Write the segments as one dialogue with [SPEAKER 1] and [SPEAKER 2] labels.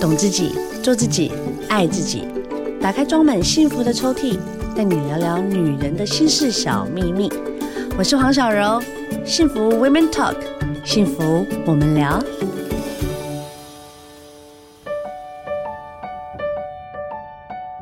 [SPEAKER 1] 懂自己，做自己，爱自己。打开装满幸福的抽屉，带你聊聊女人的心事小秘密。我是黄小柔，幸福 Women Talk，幸福我们聊。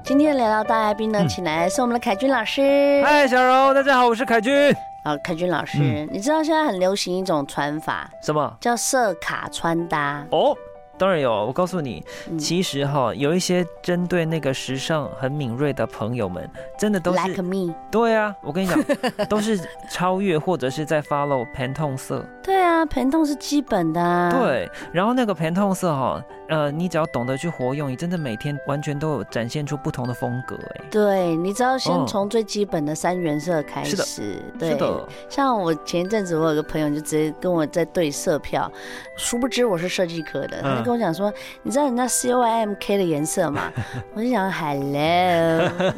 [SPEAKER 1] 今天的聊聊大来宾呢，请来是我们的凯君老师。
[SPEAKER 2] 嗯嗨，嗯小柔，大家好，我是凯君。
[SPEAKER 1] 好，凯君老师，你知道现在很流行一种穿法
[SPEAKER 2] 什么？
[SPEAKER 1] 叫色卡穿搭，
[SPEAKER 2] 哦，当然有。我告诉你，
[SPEAKER 1] 嗯
[SPEAKER 2] 其实哈，有一些针对那个时尚很敏锐的朋友们，真的都是
[SPEAKER 1] like me。
[SPEAKER 2] 对啊。我跟你 讲，都是超越或者是在 follow Pantone 色。
[SPEAKER 1] 对啊，疼痛是基本的、啊。，
[SPEAKER 2] 对，然后那个 Pantone 色哈，呃，你只要懂得去活用，你真的每天完全都有展现出不同的风格。哎，
[SPEAKER 1] 对，你只要先
[SPEAKER 2] 哦
[SPEAKER 1] 从最基本的三原色开
[SPEAKER 2] 是的
[SPEAKER 1] 始。对
[SPEAKER 2] 是的，
[SPEAKER 1] 像我前一阵子，我有个朋友就直接跟我在对色票，殊不知我是设计科的，他就
[SPEAKER 2] 嗯
[SPEAKER 1] 跟我讲说，你知道人家 C O I M K 的颜色 吗？我就想，Hello，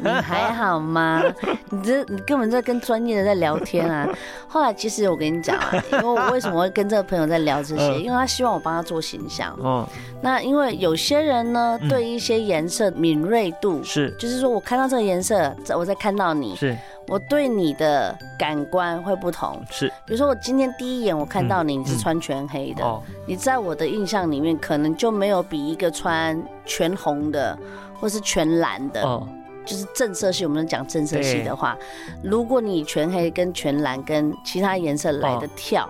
[SPEAKER 1] 你还好 吗？你这你根本在跟专业的在聊天啊。后来其实我跟你讲啊，因为我为什么会跟这个朋友在聊这些，
[SPEAKER 2] 嗯
[SPEAKER 1] 因为他希望我帮他做形象。
[SPEAKER 2] 哦，
[SPEAKER 1] 那因为有些人呢，
[SPEAKER 2] 嗯
[SPEAKER 1] 对一些颜色敏锐度，
[SPEAKER 2] 是
[SPEAKER 1] 就是说我看到这个颜色，我再看到你，
[SPEAKER 2] 是
[SPEAKER 1] 我对你的感官会不同。
[SPEAKER 2] 是
[SPEAKER 1] 比如说，我今天第一眼我看到你，你是
[SPEAKER 2] 嗯
[SPEAKER 1] 穿全黑的，
[SPEAKER 2] 哦，
[SPEAKER 1] 你在我的印象里面可能就没有比一个穿全红的或是全蓝的，
[SPEAKER 2] 哦，
[SPEAKER 1] 就是正色系。我们讲正色系的话，如果你全黑跟全蓝跟其他颜色来
[SPEAKER 2] 哦
[SPEAKER 1] 的跳，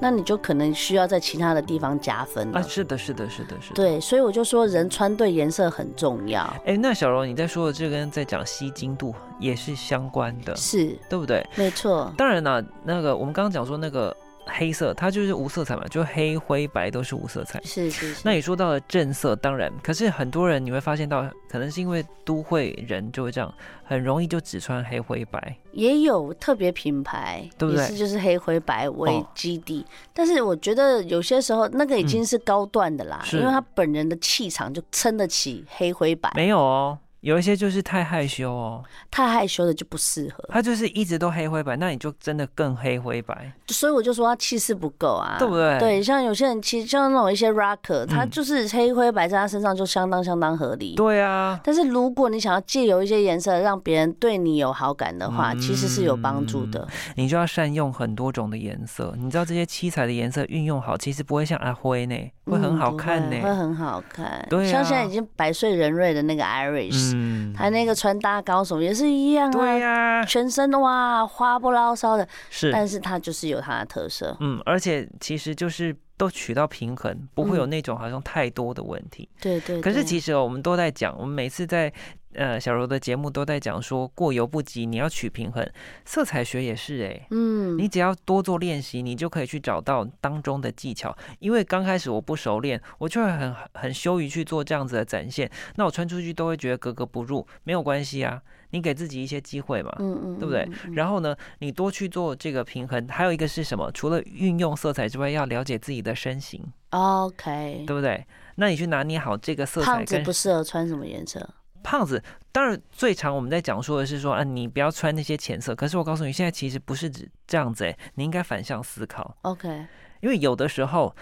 [SPEAKER 1] 那你就可能需要在其他的地方加分了。
[SPEAKER 2] 啊，是的，是的，是的，是的。
[SPEAKER 1] 对，所以我就说人穿对颜色很重要，
[SPEAKER 2] 哎，那小柔，你在说的这跟在讲吸睛度也是相关的，
[SPEAKER 1] 是
[SPEAKER 2] 对不对？
[SPEAKER 1] 没错，
[SPEAKER 2] 当然啦，那个我们刚刚讲说那个黑色，它就是无色彩嘛，就黑灰白都是无色彩。
[SPEAKER 1] 是是是，
[SPEAKER 2] 那你说到了正色，当然，可是很多人你会发现到，可能是因为都会人就会这样，很容易就只穿黑灰白。
[SPEAKER 1] 也有特别品牌，
[SPEAKER 2] 对不对
[SPEAKER 1] 也是就是黑灰白为
[SPEAKER 2] 哦
[SPEAKER 1] 基底，但是我觉得有些时候那个已经是高段的啦，
[SPEAKER 2] 是
[SPEAKER 1] 因为他本人的气场就撑得起黑灰白，
[SPEAKER 2] 没有哦，有一些就是太害羞哦，
[SPEAKER 1] 太害羞的就不适合，
[SPEAKER 2] 他就是一直都黑灰白，那你就真的更黑灰白，
[SPEAKER 1] 所以我就说他气势不够啊，
[SPEAKER 2] 对不对？
[SPEAKER 1] 对，像有些人其实像那种一些 rocker，他就是黑灰白在他身上就相当相当合理。
[SPEAKER 2] 对啊，
[SPEAKER 1] 但是如果你想要借由一些颜色让别人对你有好感的话，
[SPEAKER 2] 嗯
[SPEAKER 1] 其实是有帮助的。
[SPEAKER 2] 你就要善用很多种的颜色，你知道这些七彩的颜色运用好，其实不会像阿辉呢，会很好看呢
[SPEAKER 1] 嗯嗯不会。会很好看。
[SPEAKER 2] 对啊
[SPEAKER 1] 像现在已经百岁人瑞的那个 Iris，、
[SPEAKER 2] 嗯
[SPEAKER 1] 他那个穿搭高手也是一样啊，
[SPEAKER 2] 对呀、
[SPEAKER 1] 全身哇花不拉骚的，
[SPEAKER 2] 是，
[SPEAKER 1] 但是他就是有他的特色。
[SPEAKER 2] 嗯，而且其实就是都取到平衡，不会有那种好像太多的问题。
[SPEAKER 1] 对嗯对
[SPEAKER 2] 可是
[SPEAKER 1] 实
[SPEAKER 2] 其实、哦、我们都在讲，我们每次在呃小柔的节目都在讲说过犹不及，你要取平衡。色彩学也是哎、
[SPEAKER 1] 嗯，
[SPEAKER 2] 你只要多做练习，你就可以去找到当中的技巧。因为刚开始我不熟练，我就会很很羞于去做这样子的展现，那我穿出去都会觉得格格不入。没有关系啊，你给自己一些机会嘛。
[SPEAKER 1] 嗯嗯，
[SPEAKER 2] 对不对
[SPEAKER 1] 嗯？嗯
[SPEAKER 2] 然后呢，你多去做这个平衡。还有一个是什么？除了运用色彩之外，要了解自己的身形，
[SPEAKER 1] 嗯 OK，
[SPEAKER 2] 对不对？那你去拿捏好这个色彩
[SPEAKER 1] 胖子
[SPEAKER 2] 跟
[SPEAKER 1] 不适合穿什么颜色？
[SPEAKER 2] 胖子。当然，最常我们在讲说的是说啊，你不要穿那些浅色。可是我告诉你，现在其实不是指这样子诶，你应该反向思考，
[SPEAKER 1] OK，
[SPEAKER 2] 因为有的时候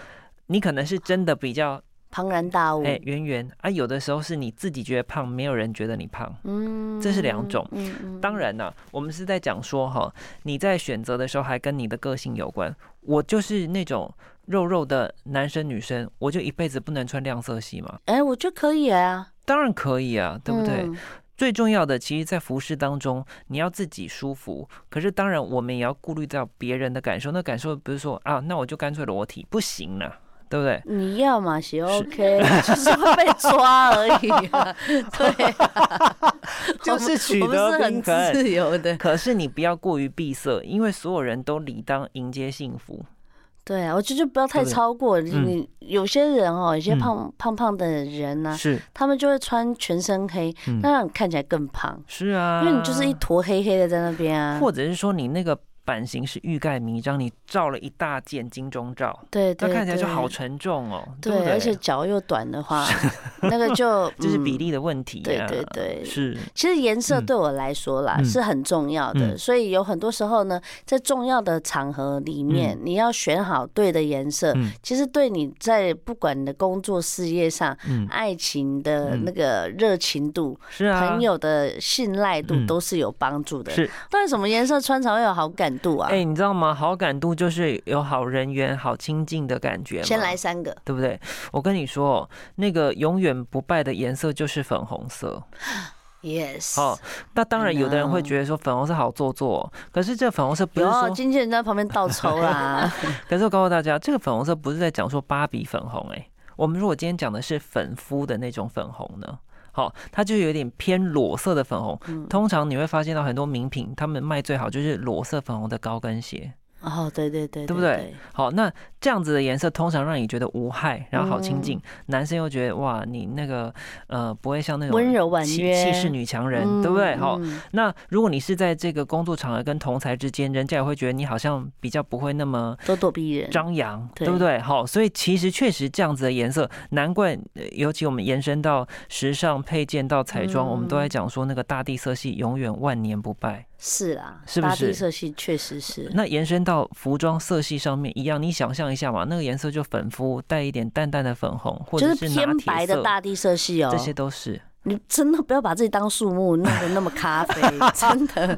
[SPEAKER 2] 你可能是真的比较
[SPEAKER 1] 庞然大物。
[SPEAKER 2] 哎圆圆啊，有的时候是你自己觉得胖，没有人觉得你胖。
[SPEAKER 1] 嗯
[SPEAKER 2] 这是两种
[SPEAKER 1] 嗯嗯
[SPEAKER 2] 当然呢、我们是在讲说哈，你在选择的时候还跟你的个性有关。我就是那种肉肉的男生女生，我就一辈子不能穿亮色系嘛？
[SPEAKER 1] 哎、我觉得可以啊，
[SPEAKER 2] 当然可以啊，对不对？
[SPEAKER 1] 嗯
[SPEAKER 2] 最重要的，其实，在服饰当中，你要自己舒服。可是，当然，我们也要顾虑到别人的感受。那感受不是说啊，那我就干脆裸体，不行啊，对不对？
[SPEAKER 1] 你要嘛写 OK，就是会被抓而已、啊。 对啊，
[SPEAKER 2] 就是取
[SPEAKER 1] 我们
[SPEAKER 2] 得
[SPEAKER 1] 是很
[SPEAKER 2] 平衡。
[SPEAKER 1] 自由的。
[SPEAKER 2] 可是你不要过于闭塞，因为所有人都理当迎接幸福。
[SPEAKER 1] 对啊，我觉得就不要太
[SPEAKER 2] 对不对
[SPEAKER 1] 超过。你
[SPEAKER 2] 嗯
[SPEAKER 1] 你有些人哦，有些
[SPEAKER 2] 嗯
[SPEAKER 1] 胖胖胖的人呢、
[SPEAKER 2] 是
[SPEAKER 1] 他们就会穿全身黑，
[SPEAKER 2] 嗯
[SPEAKER 1] 啊那让你看起来更胖，
[SPEAKER 2] 是啊，
[SPEAKER 1] 因为你就是一坨黑黑的在那边啊。
[SPEAKER 2] 或者是说你那个版型是欲盖弥彰，你照了一大件金钟罩，
[SPEAKER 1] 对对
[SPEAKER 2] 那
[SPEAKER 1] 对，
[SPEAKER 2] 看起来就好沉重哦，对不
[SPEAKER 1] 对，
[SPEAKER 2] 对？
[SPEAKER 1] 而且脚又短的话，那个就
[SPEAKER 2] 就是
[SPEAKER 1] 嗯
[SPEAKER 2] 比例的问题、
[SPEAKER 1] 对
[SPEAKER 2] 啊
[SPEAKER 1] 对对
[SPEAKER 2] 是，
[SPEAKER 1] 其实颜色
[SPEAKER 2] 嗯
[SPEAKER 1] 对我来说啦、
[SPEAKER 2] 嗯
[SPEAKER 1] 是很重要的、
[SPEAKER 2] 嗯
[SPEAKER 1] 所以有很多时候呢，在重要的场合里面，你要选好对的颜色、
[SPEAKER 2] 嗯
[SPEAKER 1] 其实对你在不管你的工作、事业上、
[SPEAKER 2] 嗯，
[SPEAKER 1] 爱情的
[SPEAKER 2] 嗯
[SPEAKER 1] 那个热情度、
[SPEAKER 2] 是啊，
[SPEAKER 1] 朋友的信赖度
[SPEAKER 2] 嗯
[SPEAKER 1] 都是有帮助的。
[SPEAKER 2] 是，
[SPEAKER 1] 不然什么颜色穿才会有好感度啊？
[SPEAKER 2] 哎、你知道吗？好感度就是有好人缘、好亲近的感觉嘛。
[SPEAKER 1] 先来三个，
[SPEAKER 2] 对不对？我跟你说哦，那个永远不败的颜色就是粉红色。
[SPEAKER 1] yes。
[SPEAKER 2] 哦，那当然，有的人会
[SPEAKER 1] know
[SPEAKER 2] 觉得说粉红色好做作、哦，可是这粉红色不是
[SPEAKER 1] 有，啊
[SPEAKER 2] 说，
[SPEAKER 1] 经纪人在旁边倒抽 啦。
[SPEAKER 2] 可是我告诉大家，这个粉红色不是在讲说芭比粉红、哎，我们如果今天讲的是粉肤的那种粉红呢？好，它就有点偏裸色的粉红。
[SPEAKER 1] 嗯
[SPEAKER 2] 通常你会发现到很多名品，他们卖最好就是裸色粉红的高跟鞋。
[SPEAKER 1] 哦，对对对，
[SPEAKER 2] 对不对？好，那这样子的颜色通常让你觉得无害，然后好亲
[SPEAKER 1] 嗯
[SPEAKER 2] 近，男生又觉得哇，你那个呃不会像那种
[SPEAKER 1] 温柔婉
[SPEAKER 2] 气
[SPEAKER 1] 约
[SPEAKER 2] 气势女强人，
[SPEAKER 1] 嗯
[SPEAKER 2] 对不对？好，
[SPEAKER 1] 嗯
[SPEAKER 2] 那如果你是在这个工作场合跟同才之间，人家也会觉得你好像比较不会那么
[SPEAKER 1] 咄咄逼 人。
[SPEAKER 2] 张扬，
[SPEAKER 1] 对
[SPEAKER 2] 对不对？好，所以其实确实这样子的颜色，难怪，呃尤其我们延伸到时尚配件到彩妆，我们都
[SPEAKER 1] 嗯
[SPEAKER 2] 在讲说那个大地色系永远万年不败。
[SPEAKER 1] 是啦，
[SPEAKER 2] 是不
[SPEAKER 1] 大地
[SPEAKER 2] 是
[SPEAKER 1] 色系确实是。
[SPEAKER 2] 那延伸到服装色系上面一样，你想象一下嘛，那个颜色就粉肤带一点淡淡的粉红，或
[SPEAKER 1] 就
[SPEAKER 2] 者
[SPEAKER 1] 是
[SPEAKER 2] 拿
[SPEAKER 1] 偏白
[SPEAKER 2] 铁
[SPEAKER 1] 的
[SPEAKER 2] 色，
[SPEAKER 1] 大地色系哦
[SPEAKER 2] 这。些都是。
[SPEAKER 1] 你真的不要把自己当树木弄得那么咖 啡，真的。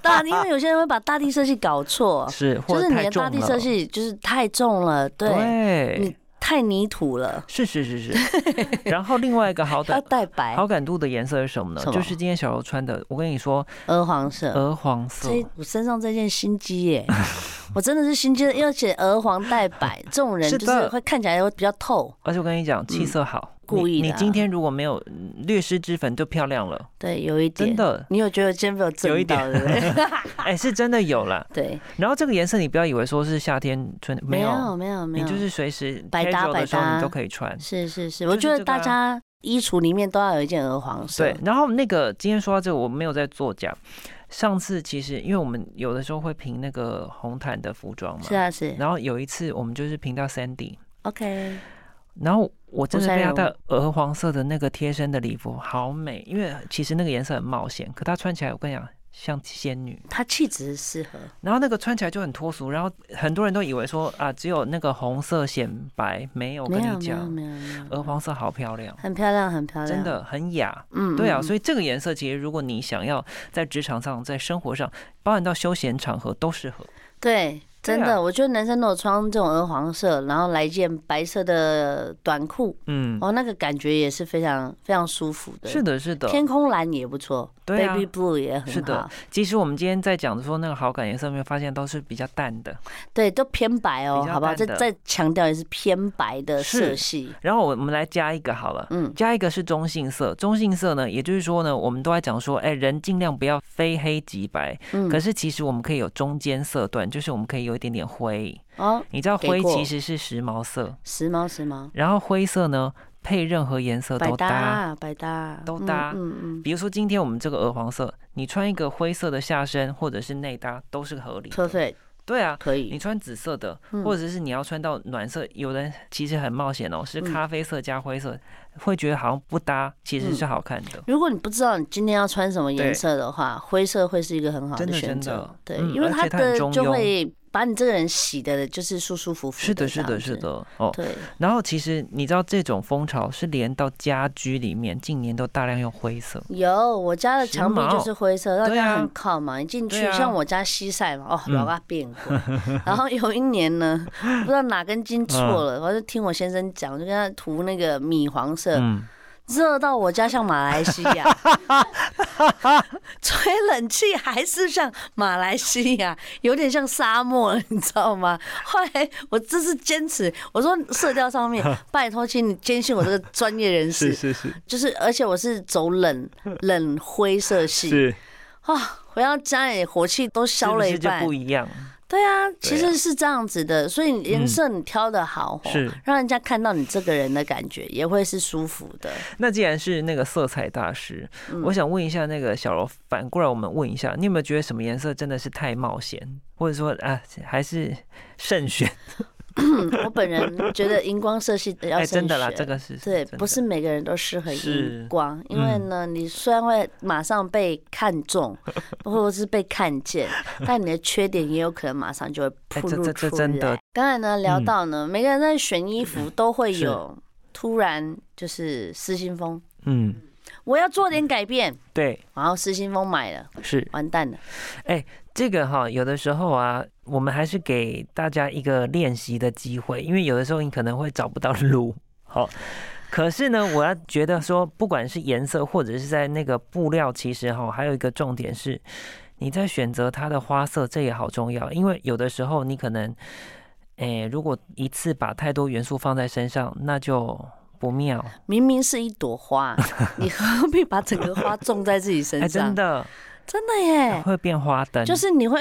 [SPEAKER 1] 当然，因为有些人会把大地色系搞错，
[SPEAKER 2] 是，或
[SPEAKER 1] 哦就
[SPEAKER 2] 者
[SPEAKER 1] 是你
[SPEAKER 2] 太
[SPEAKER 1] 的
[SPEAKER 2] 重
[SPEAKER 1] 大
[SPEAKER 2] 了。
[SPEAKER 1] 地色系就是太重了，对，
[SPEAKER 2] 对，
[SPEAKER 1] 你太泥土了，
[SPEAKER 2] 是是是是。 然后另外一个好
[SPEAKER 1] 要
[SPEAKER 2] 感
[SPEAKER 1] 带白
[SPEAKER 2] 好感度的颜色是什么呢？
[SPEAKER 1] 什么
[SPEAKER 2] 就是今天小柔穿的，我跟你说，
[SPEAKER 1] 鹅黄色。
[SPEAKER 2] 鹅黄色。
[SPEAKER 1] 这我身上这件心机 耶，我真的是心机，而且鹅黄带白，这种人
[SPEAKER 2] 是
[SPEAKER 1] 就
[SPEAKER 2] 的
[SPEAKER 1] 是会看起来会比较透。
[SPEAKER 2] 而且我跟你讲，气色好，你
[SPEAKER 1] 故意的
[SPEAKER 2] 你
[SPEAKER 1] 啊
[SPEAKER 2] 今天如果没有嗯略施脂粉，就漂亮了，
[SPEAKER 1] 对，有一点
[SPEAKER 2] 真。的。
[SPEAKER 1] 你有觉得今天被我震
[SPEAKER 2] 有一
[SPEAKER 1] 到，对不 对？
[SPEAKER 2] 哎，是真的有啦。
[SPEAKER 1] 对，
[SPEAKER 2] 然后这个颜色，你不要以为说是夏天、春
[SPEAKER 1] 没有，没有没
[SPEAKER 2] 你
[SPEAKER 1] 有，
[SPEAKER 2] 就是随时
[SPEAKER 1] 百搭
[SPEAKER 2] casual
[SPEAKER 1] 百
[SPEAKER 2] 的时候
[SPEAKER 1] 搭
[SPEAKER 2] 你都可以穿。
[SPEAKER 1] 是是是，
[SPEAKER 2] 就
[SPEAKER 1] 我
[SPEAKER 2] 是
[SPEAKER 1] 觉得
[SPEAKER 2] 这个
[SPEAKER 1] 大
[SPEAKER 2] 啊
[SPEAKER 1] 家衣橱里面都要有一件鹅黄色。
[SPEAKER 2] 对，，然后那个今天说到这个，我没有在作假。上次其实因为我们有的时候会评那个红毯的服装嘛，
[SPEAKER 1] 是啊是。
[SPEAKER 2] 然后有一次我们就是评到 Sandy，
[SPEAKER 1] OK，
[SPEAKER 2] 然后我真的被她
[SPEAKER 1] 红
[SPEAKER 2] 的鹅黄色的那个贴身的礼服好美，因为其实那个颜色很冒险，可她穿起来我跟你讲像仙女，
[SPEAKER 1] 它气质适合。
[SPEAKER 2] 然后那个穿起来就很脱俗，然后很多人都以为说啊只有那个红色显白，没有，我
[SPEAKER 1] 没
[SPEAKER 2] 跟
[SPEAKER 1] 有
[SPEAKER 2] 你
[SPEAKER 1] 没有
[SPEAKER 2] 讲，
[SPEAKER 1] 没有没有，
[SPEAKER 2] 鹅黄色好漂亮，
[SPEAKER 1] 很漂亮很漂亮，
[SPEAKER 2] 真。的很雅。
[SPEAKER 1] 嗯，
[SPEAKER 2] 对啊，
[SPEAKER 1] 以
[SPEAKER 2] 所以这个颜色其实如果你想要在职场上、在生活上，包含到休闲场合都适合。
[SPEAKER 1] 对。真
[SPEAKER 2] 对
[SPEAKER 1] 的，
[SPEAKER 2] 啊
[SPEAKER 1] 我觉得男生如果穿这种鹅黄色，然后来一件白色的短裤，
[SPEAKER 2] 嗯，
[SPEAKER 1] 哦，那个感觉也是非常非常舒服的。
[SPEAKER 2] 是的，是的。
[SPEAKER 1] 天空蓝也不错
[SPEAKER 2] 对啊
[SPEAKER 1] ，baby blue 也
[SPEAKER 2] 是
[SPEAKER 1] 很
[SPEAKER 2] 的
[SPEAKER 1] 好，
[SPEAKER 2] 其实我们今天在讲的说那个好感颜色，没有发现都是比较淡的。
[SPEAKER 1] 对，都偏白哦，
[SPEAKER 2] 比较
[SPEAKER 1] 好不好？再
[SPEAKER 2] 淡的
[SPEAKER 1] 再强调一次，偏白的色
[SPEAKER 2] 是
[SPEAKER 1] 系，
[SPEAKER 2] 然后我们来加一个好了，
[SPEAKER 1] 嗯，
[SPEAKER 2] 加一个是中性色。中性色呢，也就是说呢，我们都在讲说，哎，人尽量不要非黑即白。
[SPEAKER 1] 嗯
[SPEAKER 2] 可是其实我们可以有中间色段，就是我们可以有一点点灰。
[SPEAKER 1] 哦，
[SPEAKER 2] 你知道
[SPEAKER 1] 给
[SPEAKER 2] 灰
[SPEAKER 1] 过
[SPEAKER 2] 其实是时髦色，
[SPEAKER 1] 时髦时髦。
[SPEAKER 2] 然后灰色呢配任何颜色
[SPEAKER 1] 百
[SPEAKER 2] 都搭。
[SPEAKER 1] 搭，百搭，
[SPEAKER 2] 都
[SPEAKER 1] 嗯
[SPEAKER 2] 搭
[SPEAKER 1] 嗯嗯，
[SPEAKER 2] 比如说今天我们这个鹅黄色，你穿一个灰色的下身或者是内搭都是合理的。
[SPEAKER 1] 嗯，perfect，
[SPEAKER 2] 对啊，
[SPEAKER 1] 可
[SPEAKER 2] 你
[SPEAKER 1] 以。
[SPEAKER 2] 穿紫色的，
[SPEAKER 1] 嗯
[SPEAKER 2] 或者是你要穿到暖色，有人其实很冒险哦，是
[SPEAKER 1] 嗯
[SPEAKER 2] 咖啡色加灰色，会觉得好像不搭，其实
[SPEAKER 1] 嗯
[SPEAKER 2] 是好看的。
[SPEAKER 1] 如果你不知道你今天要穿什么颜色的话，灰色会是一个很好
[SPEAKER 2] 真的
[SPEAKER 1] 选
[SPEAKER 2] 真
[SPEAKER 1] 择
[SPEAKER 2] 的，
[SPEAKER 1] 对，
[SPEAKER 2] 嗯
[SPEAKER 1] 因为
[SPEAKER 2] 而且它很
[SPEAKER 1] 的
[SPEAKER 2] 中
[SPEAKER 1] 就
[SPEAKER 2] 庸
[SPEAKER 1] 会把你这个人洗的，就是舒舒服服。
[SPEAKER 2] 是的，是
[SPEAKER 1] 这
[SPEAKER 2] 的，
[SPEAKER 1] 样
[SPEAKER 2] 是
[SPEAKER 1] 子，
[SPEAKER 2] 的，哦。
[SPEAKER 1] 对，
[SPEAKER 2] 然后其实你知道这种风潮是连到家居里面，近年都大量用灰色。
[SPEAKER 1] 有我家的
[SPEAKER 2] 时
[SPEAKER 1] 墙壁就
[SPEAKER 2] 髦
[SPEAKER 1] 是灰色，大
[SPEAKER 2] 对
[SPEAKER 1] 家
[SPEAKER 2] 啊
[SPEAKER 1] 很靠嘛，一进
[SPEAKER 2] 对
[SPEAKER 1] 去
[SPEAKER 2] 啊
[SPEAKER 1] 像我家西晒嘛，哦，
[SPEAKER 2] 嗯
[SPEAKER 1] 老阿变 过。然后有一年呢，不知道哪根筋错
[SPEAKER 2] 嗯
[SPEAKER 1] 了，我就听我先生讲，我就跟他涂那个米黄色，
[SPEAKER 2] 嗯，
[SPEAKER 1] 热到我家像马来西 亚，吹冷气还是像马来西亚，有点像沙漠，你知道吗？ 后来我这是坚持，我说色调上 面，拜托，请你坚信我这个专业人士，
[SPEAKER 2] 是是
[SPEAKER 1] 就是而且我是走 冷冷灰色系啊、回到家里火气都消了一
[SPEAKER 2] 是不是
[SPEAKER 1] 半
[SPEAKER 2] 就不。一样。
[SPEAKER 1] 对啊，其实是这样子的，所以颜色你挑的好、哦
[SPEAKER 2] 嗯是
[SPEAKER 1] 让人家看到你这个人的感觉也会是舒服的。
[SPEAKER 2] 那既然是那个色彩大师，
[SPEAKER 1] 嗯
[SPEAKER 2] 我想问一下那个小柔，反过来我们问一下，你有没有觉得什么颜色真的是太冒险，或者说啊，还是慎选？
[SPEAKER 1] 我本人觉得荧光色系要
[SPEAKER 2] 哎、
[SPEAKER 1] 慎选。
[SPEAKER 2] 真的啦，这个是
[SPEAKER 1] 对，
[SPEAKER 2] 真的
[SPEAKER 1] 不是每个人都适合荧
[SPEAKER 2] 是嗯
[SPEAKER 1] 光，因为呢，你虽然会马上被看中，或者是被看见，但你的缺点也有可能马上就会
[SPEAKER 2] 哎
[SPEAKER 1] 暴
[SPEAKER 2] 这
[SPEAKER 1] 露
[SPEAKER 2] 这
[SPEAKER 1] 出
[SPEAKER 2] 这
[SPEAKER 1] 来。
[SPEAKER 2] 真的
[SPEAKER 1] 刚才呢聊
[SPEAKER 2] 嗯
[SPEAKER 1] 到呢，每个人在选衣服都会
[SPEAKER 2] 是
[SPEAKER 1] 有突然就是失心疯，
[SPEAKER 2] 嗯，
[SPEAKER 1] 我要做点改变，
[SPEAKER 2] 对，
[SPEAKER 1] 然后失心疯买了，
[SPEAKER 2] 是
[SPEAKER 1] 完蛋了。
[SPEAKER 2] 这个哈，有的时候啊，我们还是给大家一个练习的机会，因为有的时候你可能会找不到路。好，可是呢，我要觉得说，不管是颜色或者是在那个布料，其实哈，还有一个重点是，你在选择它的花色，这也好重要，因为有的时候你可能，诶，如果一次把太多元素放在身上，那就不妙。
[SPEAKER 1] 明明是一朵花， 你何必把整个花种在自己身
[SPEAKER 2] 哎，
[SPEAKER 1] 上？
[SPEAKER 2] 真的
[SPEAKER 1] 真的 耶，
[SPEAKER 2] 会变花灯，
[SPEAKER 1] 就是你会，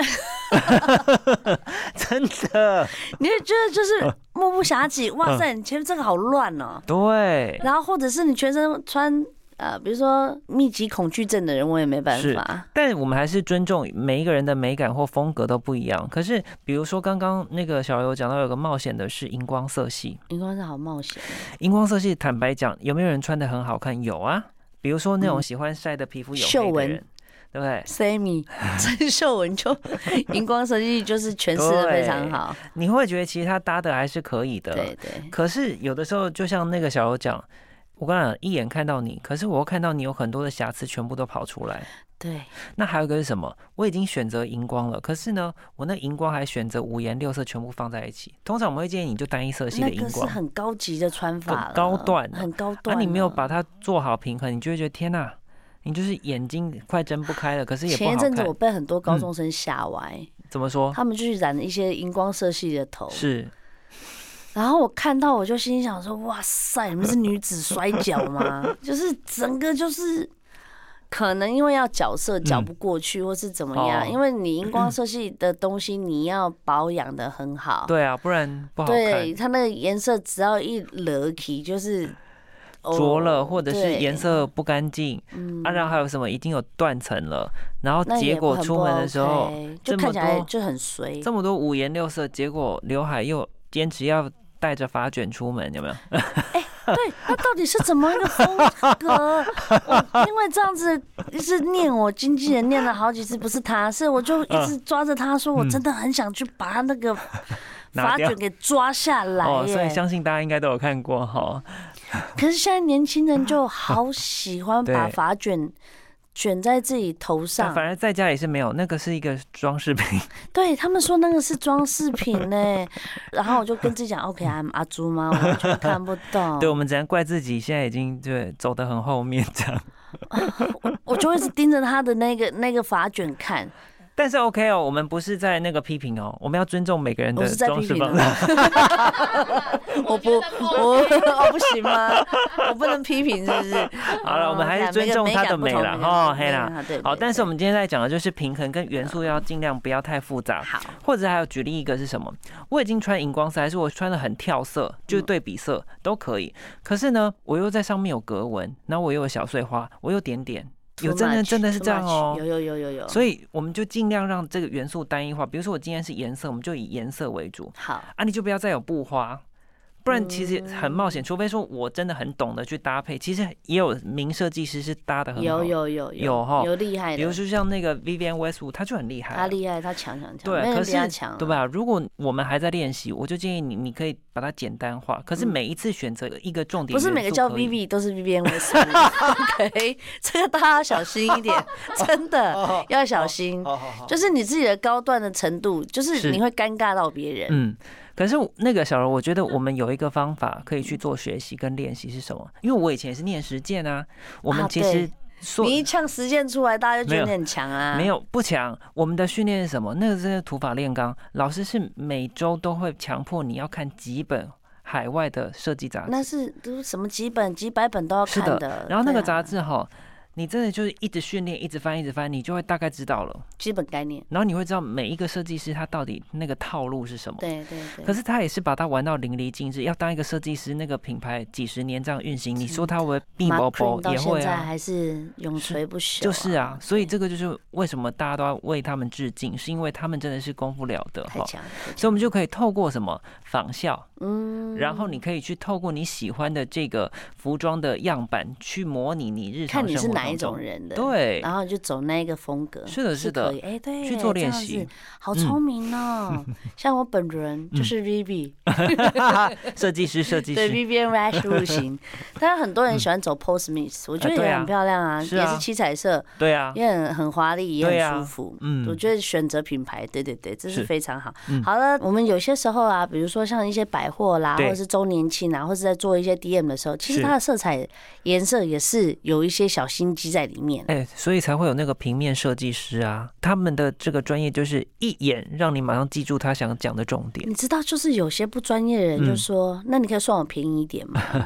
[SPEAKER 2] 真 的，
[SPEAKER 1] 你会觉得
[SPEAKER 2] 嗯
[SPEAKER 1] 就是目不暇接。哇塞，你前面这个好乱哦、
[SPEAKER 2] 对，
[SPEAKER 1] 然后或者是你全身穿呃，比如说密集恐惧症的人，我也没办
[SPEAKER 2] 是
[SPEAKER 1] 法。
[SPEAKER 2] 但我们还是尊重每一个人的美感或风格都不一样。可是，比如说刚刚那个小刘讲到有个冒险的是荧光色系，
[SPEAKER 1] 荧光是好冒险，
[SPEAKER 2] 荧光色系坦白讲，有没有人穿的很好看？有啊，比如说那种
[SPEAKER 1] 嗯
[SPEAKER 2] 喜欢晒的皮肤
[SPEAKER 1] 秀
[SPEAKER 2] 有黑
[SPEAKER 1] 文
[SPEAKER 2] 的人，对不对？
[SPEAKER 1] Sammy 郑秀文就荧光设计就是诠释的非常好，
[SPEAKER 2] 你会觉得其实他搭的还是可以的。
[SPEAKER 1] 对对，
[SPEAKER 2] 可是有的时候，就像那个小刘讲，我刚讲一眼看到你，可是我又看到你有很多的瑕疵，全部都跑出来。
[SPEAKER 1] 对，
[SPEAKER 2] 那还有一个是什么？我已经选择荧光了，可是呢，我那荧光还选择五颜六色全部放在一起。通常我们会建议你就单一色系的
[SPEAKER 1] 那
[SPEAKER 2] 荧
[SPEAKER 1] 个是
[SPEAKER 2] 光，
[SPEAKER 1] 很高级的穿法了，
[SPEAKER 2] 很高段啊
[SPEAKER 1] 很高
[SPEAKER 2] 那、
[SPEAKER 1] 段。
[SPEAKER 2] 你没有，把它做好平衡，你就会觉得天哪、你就是眼睛快睁不开了，可是也不
[SPEAKER 1] 前
[SPEAKER 2] 好
[SPEAKER 1] 一阵子我
[SPEAKER 2] 看。嗯哦
[SPEAKER 1] 被很多高中生吓歪，
[SPEAKER 2] 怎么说？
[SPEAKER 1] 他们就去染一些荧光色系的头，
[SPEAKER 2] 是
[SPEAKER 1] 然后我看到我就心想说：“哇塞，你们是女子摔跤 吗？”就是整个就是，可能因为要角色搅不过去，或是怎么样，
[SPEAKER 2] 哦
[SPEAKER 1] 因为你荧光色系的东西你要保养的很好，
[SPEAKER 2] 对啊，不然不好
[SPEAKER 1] 对
[SPEAKER 2] 看，
[SPEAKER 1] 它那个颜色只要一惹起就是哦
[SPEAKER 2] 浊了或者是
[SPEAKER 1] 对
[SPEAKER 2] 颜色不干净
[SPEAKER 1] 嗯
[SPEAKER 2] 啊，然后还有什么已经有断层了，然后
[SPEAKER 1] 那也
[SPEAKER 2] 结果
[SPEAKER 1] 很不
[SPEAKER 2] 出门的时候
[SPEAKER 1] OK，就
[SPEAKER 2] 这
[SPEAKER 1] 看
[SPEAKER 2] 么
[SPEAKER 1] 起来
[SPEAKER 2] 多
[SPEAKER 1] 就很随，
[SPEAKER 2] 这么多五颜六色，结果刘海又坚持要带着发卷出门，有没有？
[SPEAKER 1] 对，那到底是怎么一个风 格？我因为这样子一直念我经纪人念了好几次，不是他，是我就一
[SPEAKER 2] 嗯
[SPEAKER 1] 直抓着他说，我真的很想去把他那个
[SPEAKER 2] 拿
[SPEAKER 1] 发
[SPEAKER 2] 掉
[SPEAKER 1] 卷给抓下来
[SPEAKER 2] 哦，所以
[SPEAKER 1] 耶。
[SPEAKER 2] 相信大家应该都有看过哈。
[SPEAKER 1] 可是现在年轻人就好喜 欢把
[SPEAKER 2] 对
[SPEAKER 1] 发卷。卷在自己头
[SPEAKER 2] 但
[SPEAKER 1] 上
[SPEAKER 2] 反，而在家里是没有，那个是一个装饰品。
[SPEAKER 1] 对他们说那个是装饰品呢， 然后我就跟自己讲，OK，I'm、阿朱吗？我完全看不懂，
[SPEAKER 2] 对，我们只能怪自己现在已经对走得很后面这样。
[SPEAKER 1] 我就一直盯着他的那个那个发卷看，
[SPEAKER 2] 但是 OK 哦，我们不是在那个批评哦，我们要尊重每个人
[SPEAKER 1] 我
[SPEAKER 2] 的
[SPEAKER 1] 是在
[SPEAKER 2] 装
[SPEAKER 1] 批
[SPEAKER 2] 饰
[SPEAKER 1] 评
[SPEAKER 2] 品。
[SPEAKER 1] 啊 我不，我我不行吗？ 我不能批评，是不是？
[SPEAKER 2] 好了我们还是
[SPEAKER 1] 哦
[SPEAKER 2] 尊重它的美啦哦嘿
[SPEAKER 1] 每个每
[SPEAKER 2] 啦。
[SPEAKER 1] 个每个每个每个每个对，
[SPEAKER 2] 好，但是我
[SPEAKER 1] 们
[SPEAKER 2] 们今天在讲的就是平衡跟元素要尽量不要太复杂，
[SPEAKER 1] 嗯好，
[SPEAKER 2] 或者还有举例一个是什么？我已经穿荧光色，还是我穿的很跳色，就是
[SPEAKER 1] 嗯
[SPEAKER 2] 对比色都可以。可是呢，我又在上面有格纹，然后我又有小碎花，我又点点，有
[SPEAKER 1] too
[SPEAKER 2] 真的
[SPEAKER 1] much，
[SPEAKER 2] 真的是
[SPEAKER 1] too
[SPEAKER 2] 这样
[SPEAKER 1] much，
[SPEAKER 2] 哦。
[SPEAKER 1] 有有有有有，
[SPEAKER 2] 所
[SPEAKER 1] 以
[SPEAKER 2] 以我们就尽量让这个元素单一化。比如说我今天是颜色，我们就以颜色为主
[SPEAKER 1] 好，
[SPEAKER 2] 啊，你就不要再有布花，不然其实很冒
[SPEAKER 1] 嗯
[SPEAKER 2] 险。除非说我真的很懂得去搭配，其实也有名设计师是搭的很好。
[SPEAKER 1] 有，有有
[SPEAKER 2] 有哈
[SPEAKER 1] 有厉害
[SPEAKER 2] 比如
[SPEAKER 1] 的，
[SPEAKER 2] 说像那个 Vivian Westwood，他就很厉害啊、
[SPEAKER 1] 他厉害，他强强强，
[SPEAKER 2] 对啊
[SPEAKER 1] 没人
[SPEAKER 2] 可
[SPEAKER 1] 比他
[SPEAKER 2] 是
[SPEAKER 1] 强，啊
[SPEAKER 2] 对？吧？如果我们还在练习，我就建议你，你可以把它简单化。可是
[SPEAKER 1] 嗯
[SPEAKER 2] 每一次选择一个重点
[SPEAKER 1] 不
[SPEAKER 2] 元素
[SPEAKER 1] 是
[SPEAKER 2] 可以，
[SPEAKER 1] 每个叫 Vivi 都是 Vivian 为首 ，OK，这个大家要小心一点，真
[SPEAKER 2] 哦
[SPEAKER 1] 的要小心。
[SPEAKER 2] 好好好
[SPEAKER 1] 就是你自己的高段的程度，就是
[SPEAKER 2] 是
[SPEAKER 1] 你会尴尬到别人。
[SPEAKER 2] 嗯，可是我那个小柔，我觉得我们有一个方法可以去做学习跟练习是什么？因为我以前也是念实践啊，我
[SPEAKER 1] 啊
[SPEAKER 2] 们其
[SPEAKER 1] 对
[SPEAKER 2] 实说、
[SPEAKER 1] 你一呛实践出来，大家就觉得你很强啊。
[SPEAKER 2] 没有不强，我们的训练是什么？那个真的土法炼钢，老师是每周都会强迫你要看几本海外的设计杂志，
[SPEAKER 1] 那是都是什么几本几百本都要看
[SPEAKER 2] 是的然后那个杂
[SPEAKER 1] 对啊
[SPEAKER 2] 志哈。你真的就是一直训练，一直翻，一直翻，你就会大概知道了。
[SPEAKER 1] 基本概念。
[SPEAKER 2] 然后你会知道每一个设计师他到底那个套路是什么。
[SPEAKER 1] 对对对。
[SPEAKER 2] 可是他也是把它玩到淋漓尽致。要当一个设计师，那个品牌几十年这样运行，你说他会闭包
[SPEAKER 1] Cream
[SPEAKER 2] 包
[SPEAKER 1] 嗯到
[SPEAKER 2] 也
[SPEAKER 1] 现
[SPEAKER 2] 会
[SPEAKER 1] 在
[SPEAKER 2] 啊，
[SPEAKER 1] 还是永垂不朽、
[SPEAKER 2] 就是啊。所以这个就是为什么大家都要为他们致敬，是因为他们真的是功夫了得
[SPEAKER 1] 太
[SPEAKER 2] 哈。
[SPEAKER 1] 强了，太
[SPEAKER 2] 所以
[SPEAKER 1] 强
[SPEAKER 2] 我
[SPEAKER 1] 了
[SPEAKER 2] 们就可以透过什么仿效，
[SPEAKER 1] 嗯
[SPEAKER 2] 然后你可以去透过你喜欢的这个服装的样板去模拟你日常
[SPEAKER 1] 看
[SPEAKER 2] 生活
[SPEAKER 1] 你是哪一
[SPEAKER 2] 当
[SPEAKER 1] 种
[SPEAKER 2] 中，
[SPEAKER 1] 人的，，
[SPEAKER 2] 对，
[SPEAKER 1] 然后就走那一个风格，
[SPEAKER 2] 是的是的
[SPEAKER 1] 可以，哎，对，
[SPEAKER 2] 去做
[SPEAKER 1] 这样
[SPEAKER 2] 练习
[SPEAKER 1] 子，好
[SPEAKER 2] 嗯
[SPEAKER 1] 聪明 哦。像我本人就是 Vivi，
[SPEAKER 2] 设计师设计
[SPEAKER 1] 对
[SPEAKER 2] 师，
[SPEAKER 1] Vivian Rash 路型，当然很多人喜欢走 Pose Mix，我觉得
[SPEAKER 2] 对
[SPEAKER 1] 也
[SPEAKER 2] 啊
[SPEAKER 1] 很漂亮啊，
[SPEAKER 2] 是
[SPEAKER 1] 也
[SPEAKER 2] 啊
[SPEAKER 1] 是七彩色，
[SPEAKER 2] 对啊，
[SPEAKER 1] 也很很华丽，也
[SPEAKER 2] 对
[SPEAKER 1] 很
[SPEAKER 2] 啊
[SPEAKER 1] 舒服。
[SPEAKER 2] 嗯
[SPEAKER 1] 我觉得选择品牌，对对对，这是
[SPEAKER 2] 是
[SPEAKER 1] 非常好。
[SPEAKER 2] 嗯
[SPEAKER 1] 好了，我们有些时候啊，比如说像一些百货啦，或
[SPEAKER 2] 对
[SPEAKER 1] 者是周年庆啊，或是在做一些 DM 的时候，其实
[SPEAKER 2] 是
[SPEAKER 1] 它的色彩颜色也是有一些小心机在里面。
[SPEAKER 2] 哎、所以才会有那个平面设计师啊，他们的这个专业就是一眼让你马上记住他想讲的重点。
[SPEAKER 1] 你知道，就是有些不专业的人就
[SPEAKER 2] 嗯
[SPEAKER 1] 说：“那你可以算我便宜一点吗？”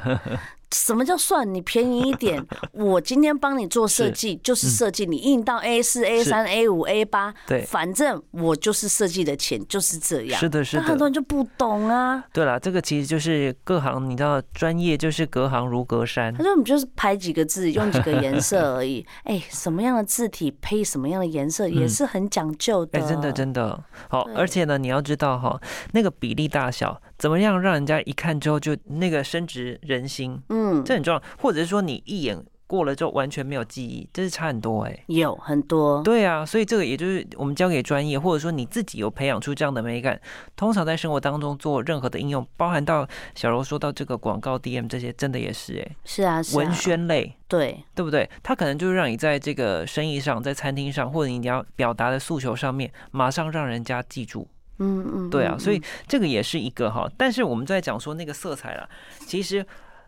[SPEAKER 1] 什么叫算你便宜一点？我今天帮你做设
[SPEAKER 2] 是嗯
[SPEAKER 1] 计，就是设计，你印到 A 四、A 三、A 五、A 八，
[SPEAKER 2] 对
[SPEAKER 1] 反正我就是设计的钱就是这样。
[SPEAKER 2] 是的，是
[SPEAKER 1] 但很多
[SPEAKER 2] 的。
[SPEAKER 1] 人就不懂啊，
[SPEAKER 2] 对啦，这个其实就是各行，你知道，专业就是隔行如隔山
[SPEAKER 1] 他。说你就是排几个 字，用几个颜色而已。哎、什么样的字体配什么样的颜色，也
[SPEAKER 2] 嗯
[SPEAKER 1] 是很讲究的。
[SPEAKER 2] 哎、真的真的好，
[SPEAKER 1] 对
[SPEAKER 2] 而且呢，你要知道哈，那个比例大小怎么样，让人家一看之后就那个深植人心，
[SPEAKER 1] 嗯
[SPEAKER 2] 这，很重要。或者是说你一眼过了之后完全没有记忆，这是差很多哎、
[SPEAKER 1] 有很多。
[SPEAKER 2] 对啊，所以这个也就是我们交给专业，或者说你自己有培养出这样的美感，通常在生活当中做任何的应用，包含到小柔说到这个广告 DM 这些，真的也是哎、
[SPEAKER 1] 是啊，是啊。
[SPEAKER 2] 文宣类。
[SPEAKER 1] 对，
[SPEAKER 2] 对不对？它可能就是让你在这个生意上，在餐厅上，或者你要表达的诉求上面，马上让人家记住。
[SPEAKER 1] 嗯嗯，
[SPEAKER 2] 对啊，
[SPEAKER 1] 嗯
[SPEAKER 2] 所以
[SPEAKER 1] 嗯
[SPEAKER 2] 这个也是一个哈。但是我们在讲说那个色彩啦，其实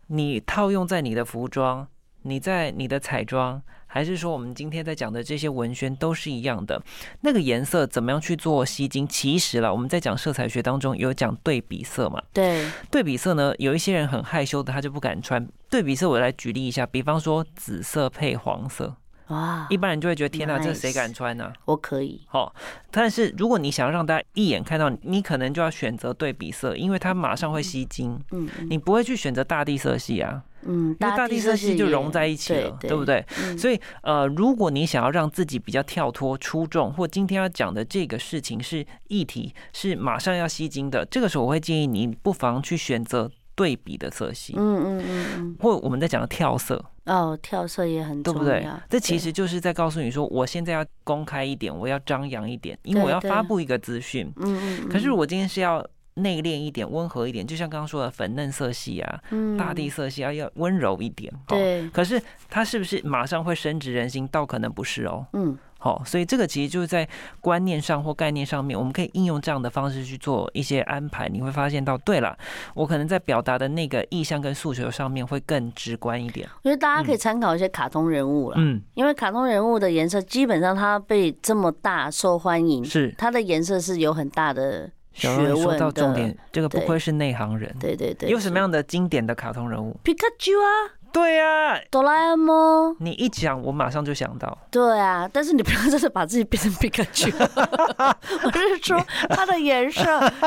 [SPEAKER 2] 你套用在你的服装，你在你的彩妆，还是说我们今天在讲的这些文宣都是一样的。那个颜色怎么样去做吸睛？其实啦，我们在讲色彩学当中有讲对比色嘛。
[SPEAKER 1] 对，
[SPEAKER 2] 对比色呢，有一些人很害羞的，他就不敢穿。对比色，我来举例一下，比方说紫色配黄色，
[SPEAKER 1] 哇，
[SPEAKER 2] 一般人就会觉得天哪，这谁
[SPEAKER 1] Nice
[SPEAKER 2] 敢穿呢、啊
[SPEAKER 1] 我可以。
[SPEAKER 2] 好、但是如果你想要让大家一眼看到你，你可能就要选择对比色，因为它马上会吸睛。
[SPEAKER 1] 嗯嗯
[SPEAKER 2] 你不会去选择大地色系啊，
[SPEAKER 1] 嗯，
[SPEAKER 2] 因为大地色系就
[SPEAKER 1] 也
[SPEAKER 2] 融在一起了，
[SPEAKER 1] 对
[SPEAKER 2] 对不？对？
[SPEAKER 1] 嗯
[SPEAKER 2] 所以，呃，如果你想要让自己比较跳脱、出众，或今天要讲的这个事情是议题，是马上要吸睛的，这个时候我会建议你不妨去选择对比的色系，
[SPEAKER 1] 嗯嗯嗯
[SPEAKER 2] 或我们在讲的跳色，
[SPEAKER 1] 嗯，哦，跳色也很
[SPEAKER 2] 对
[SPEAKER 1] 重
[SPEAKER 2] 不
[SPEAKER 1] 要。
[SPEAKER 2] 对？这其
[SPEAKER 1] 对
[SPEAKER 2] 实就是在告诉你说，我现在要公开一点，我要张扬一点，因为
[SPEAKER 1] 对
[SPEAKER 2] 我要
[SPEAKER 1] 对
[SPEAKER 2] 发布一个资讯。
[SPEAKER 1] 嗯嗯，
[SPEAKER 2] 可是
[SPEAKER 1] 嗯
[SPEAKER 2] 我今天是要内敛一点、温和一点，就像刚刚说的粉嫩色系啊、
[SPEAKER 1] 嗯
[SPEAKER 2] 大地色系啊，要温柔一点。哦，
[SPEAKER 1] 对，
[SPEAKER 2] 可是它是不是马上会深植人心？倒可能不是哦。
[SPEAKER 1] 嗯，
[SPEAKER 2] 好、所以这个其实就是在观念上或概念上面，我们可以应用这样的方式去做一些安排，你会发现到，对了，我可能在表达的那个意向跟诉求上面会更直观一点。
[SPEAKER 1] 我觉得大家可以
[SPEAKER 2] 嗯
[SPEAKER 1] 参考一些卡通人物啦。
[SPEAKER 2] 嗯，
[SPEAKER 1] 因为卡通人物的颜色基本上它被这么大受欢迎，
[SPEAKER 2] 是。
[SPEAKER 1] 它的颜色是有很大的
[SPEAKER 2] 小
[SPEAKER 1] 嗯学
[SPEAKER 2] 荣你说
[SPEAKER 1] 问
[SPEAKER 2] 到
[SPEAKER 1] 的。
[SPEAKER 2] 重点，这个不
[SPEAKER 1] 对
[SPEAKER 2] 愧是内行人。
[SPEAKER 1] 对对对，
[SPEAKER 2] 有什么样的经典的卡通人物？
[SPEAKER 1] 皮卡丘啊，
[SPEAKER 2] 对呀、
[SPEAKER 1] 哆啦 A 梦，
[SPEAKER 2] 你一讲，我马上就想到。
[SPEAKER 1] 对啊，但是你不要真的把自己变成皮卡丘， 我是说它的颜色，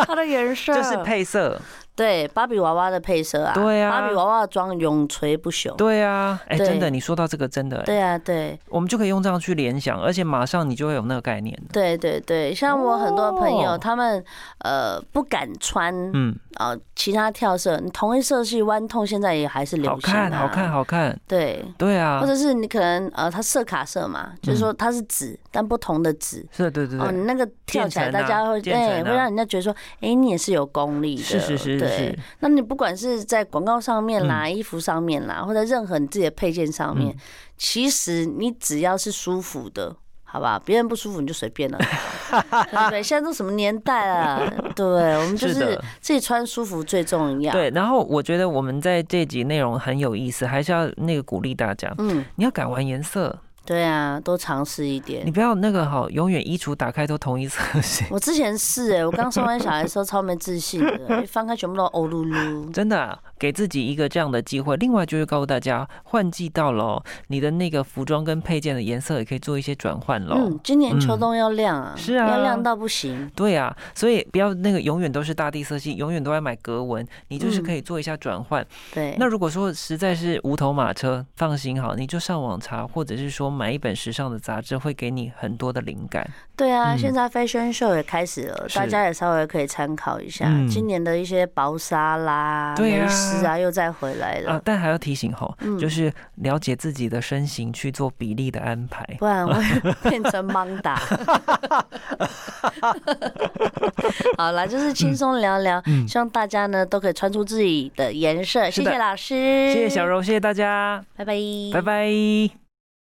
[SPEAKER 1] 它的颜色
[SPEAKER 2] 就是配色，
[SPEAKER 1] 对芭比娃娃的配色啊，
[SPEAKER 2] 对啊
[SPEAKER 1] 芭比娃娃的妆永垂不朽。
[SPEAKER 2] 对啊，哎、
[SPEAKER 1] 对
[SPEAKER 2] 真的，你说到这个真的、哎
[SPEAKER 1] 对啊，对
[SPEAKER 2] 我们就可以用这样去联想，而且马上你就会有那个概念了
[SPEAKER 1] 对对对，像我很多朋友，
[SPEAKER 2] 哦
[SPEAKER 1] 他们呃不敢穿
[SPEAKER 2] 嗯，
[SPEAKER 1] 呃，其他跳色，你同一色系弯痛现在也还是流
[SPEAKER 2] 好
[SPEAKER 1] 行、啊，
[SPEAKER 2] 看，好看，，好看，
[SPEAKER 1] 对，
[SPEAKER 2] 对啊
[SPEAKER 1] 或，者是你可能呃，它色卡色嘛，就是说它是紫，但不同的紫。
[SPEAKER 2] 是，对对
[SPEAKER 1] 哦，
[SPEAKER 2] 对，
[SPEAKER 1] 你那个跳起来，
[SPEAKER 2] 渐层啊
[SPEAKER 1] 大家会对、
[SPEAKER 2] 渐层啊
[SPEAKER 1] 会让人家觉得说，哎、你也是有功力的，
[SPEAKER 2] 是是是是
[SPEAKER 1] 对
[SPEAKER 2] 是，，
[SPEAKER 1] 那你不管是在广告上面啦、衣服上面啦，或者任何你自己的配件上面，
[SPEAKER 2] 嗯
[SPEAKER 1] 其实你只要是舒服的，好吧，别人不舒服你就随便了， 对不对？现在都什么年代了，对，我们就是是
[SPEAKER 2] 的
[SPEAKER 1] 自己穿舒服最重要。，
[SPEAKER 2] 对。然后我觉得我们在这集内容很有意思，还是要那个鼓励大家，
[SPEAKER 1] 嗯，
[SPEAKER 2] 你要敢玩颜色，
[SPEAKER 1] 对啊，多尝试一点
[SPEAKER 2] 你。不要那个哈，永远衣橱打开都同一色系，
[SPEAKER 1] 我之前是哎、我刚生完小孩的时候超没自信的，一翻开全部都欧噜噜。
[SPEAKER 2] 真的啊、 给自己一个这样的机会。另外就是告诉大家，换季到了哦，你的那个服装跟配件的颜色也可以做一些转换喽。
[SPEAKER 1] 嗯，今年秋
[SPEAKER 2] 嗯
[SPEAKER 1] 冬要亮啊，
[SPEAKER 2] 是啊
[SPEAKER 1] 要亮到不行。
[SPEAKER 2] 对啊，所以不要那个永远都是大地色系，永远都在买格纹，你就是
[SPEAKER 1] 嗯
[SPEAKER 2] 可以做一下转换。
[SPEAKER 1] 对，
[SPEAKER 2] 那如果说实在是无头马车，放心好，你就上网查，或者是说买一本时尚的杂志，会给你很多的灵感。
[SPEAKER 1] 对啊，
[SPEAKER 2] 嗯
[SPEAKER 1] 现在 fashion show 也开始了，
[SPEAKER 2] 是
[SPEAKER 1] 大家也稍微可以参考一下。
[SPEAKER 2] 嗯
[SPEAKER 1] 今年的一些薄纱啦、
[SPEAKER 2] 对啊
[SPEAKER 1] 蕾丝啊，又再回来了。
[SPEAKER 2] 啊，但还要提醒吼，
[SPEAKER 1] 嗯
[SPEAKER 2] 就是了解自己的身形去做比例的安排。
[SPEAKER 1] 不然我会变成盲 打。好啦，就是轻松聊聊，
[SPEAKER 2] 嗯，
[SPEAKER 1] 希望大家呢都可以穿出自己的颜色。
[SPEAKER 2] 是
[SPEAKER 1] 谢
[SPEAKER 2] 的
[SPEAKER 1] 谢老师，
[SPEAKER 2] 谢谢小，柔，谢谢大家，
[SPEAKER 1] 拜拜，
[SPEAKER 2] 拜。拜。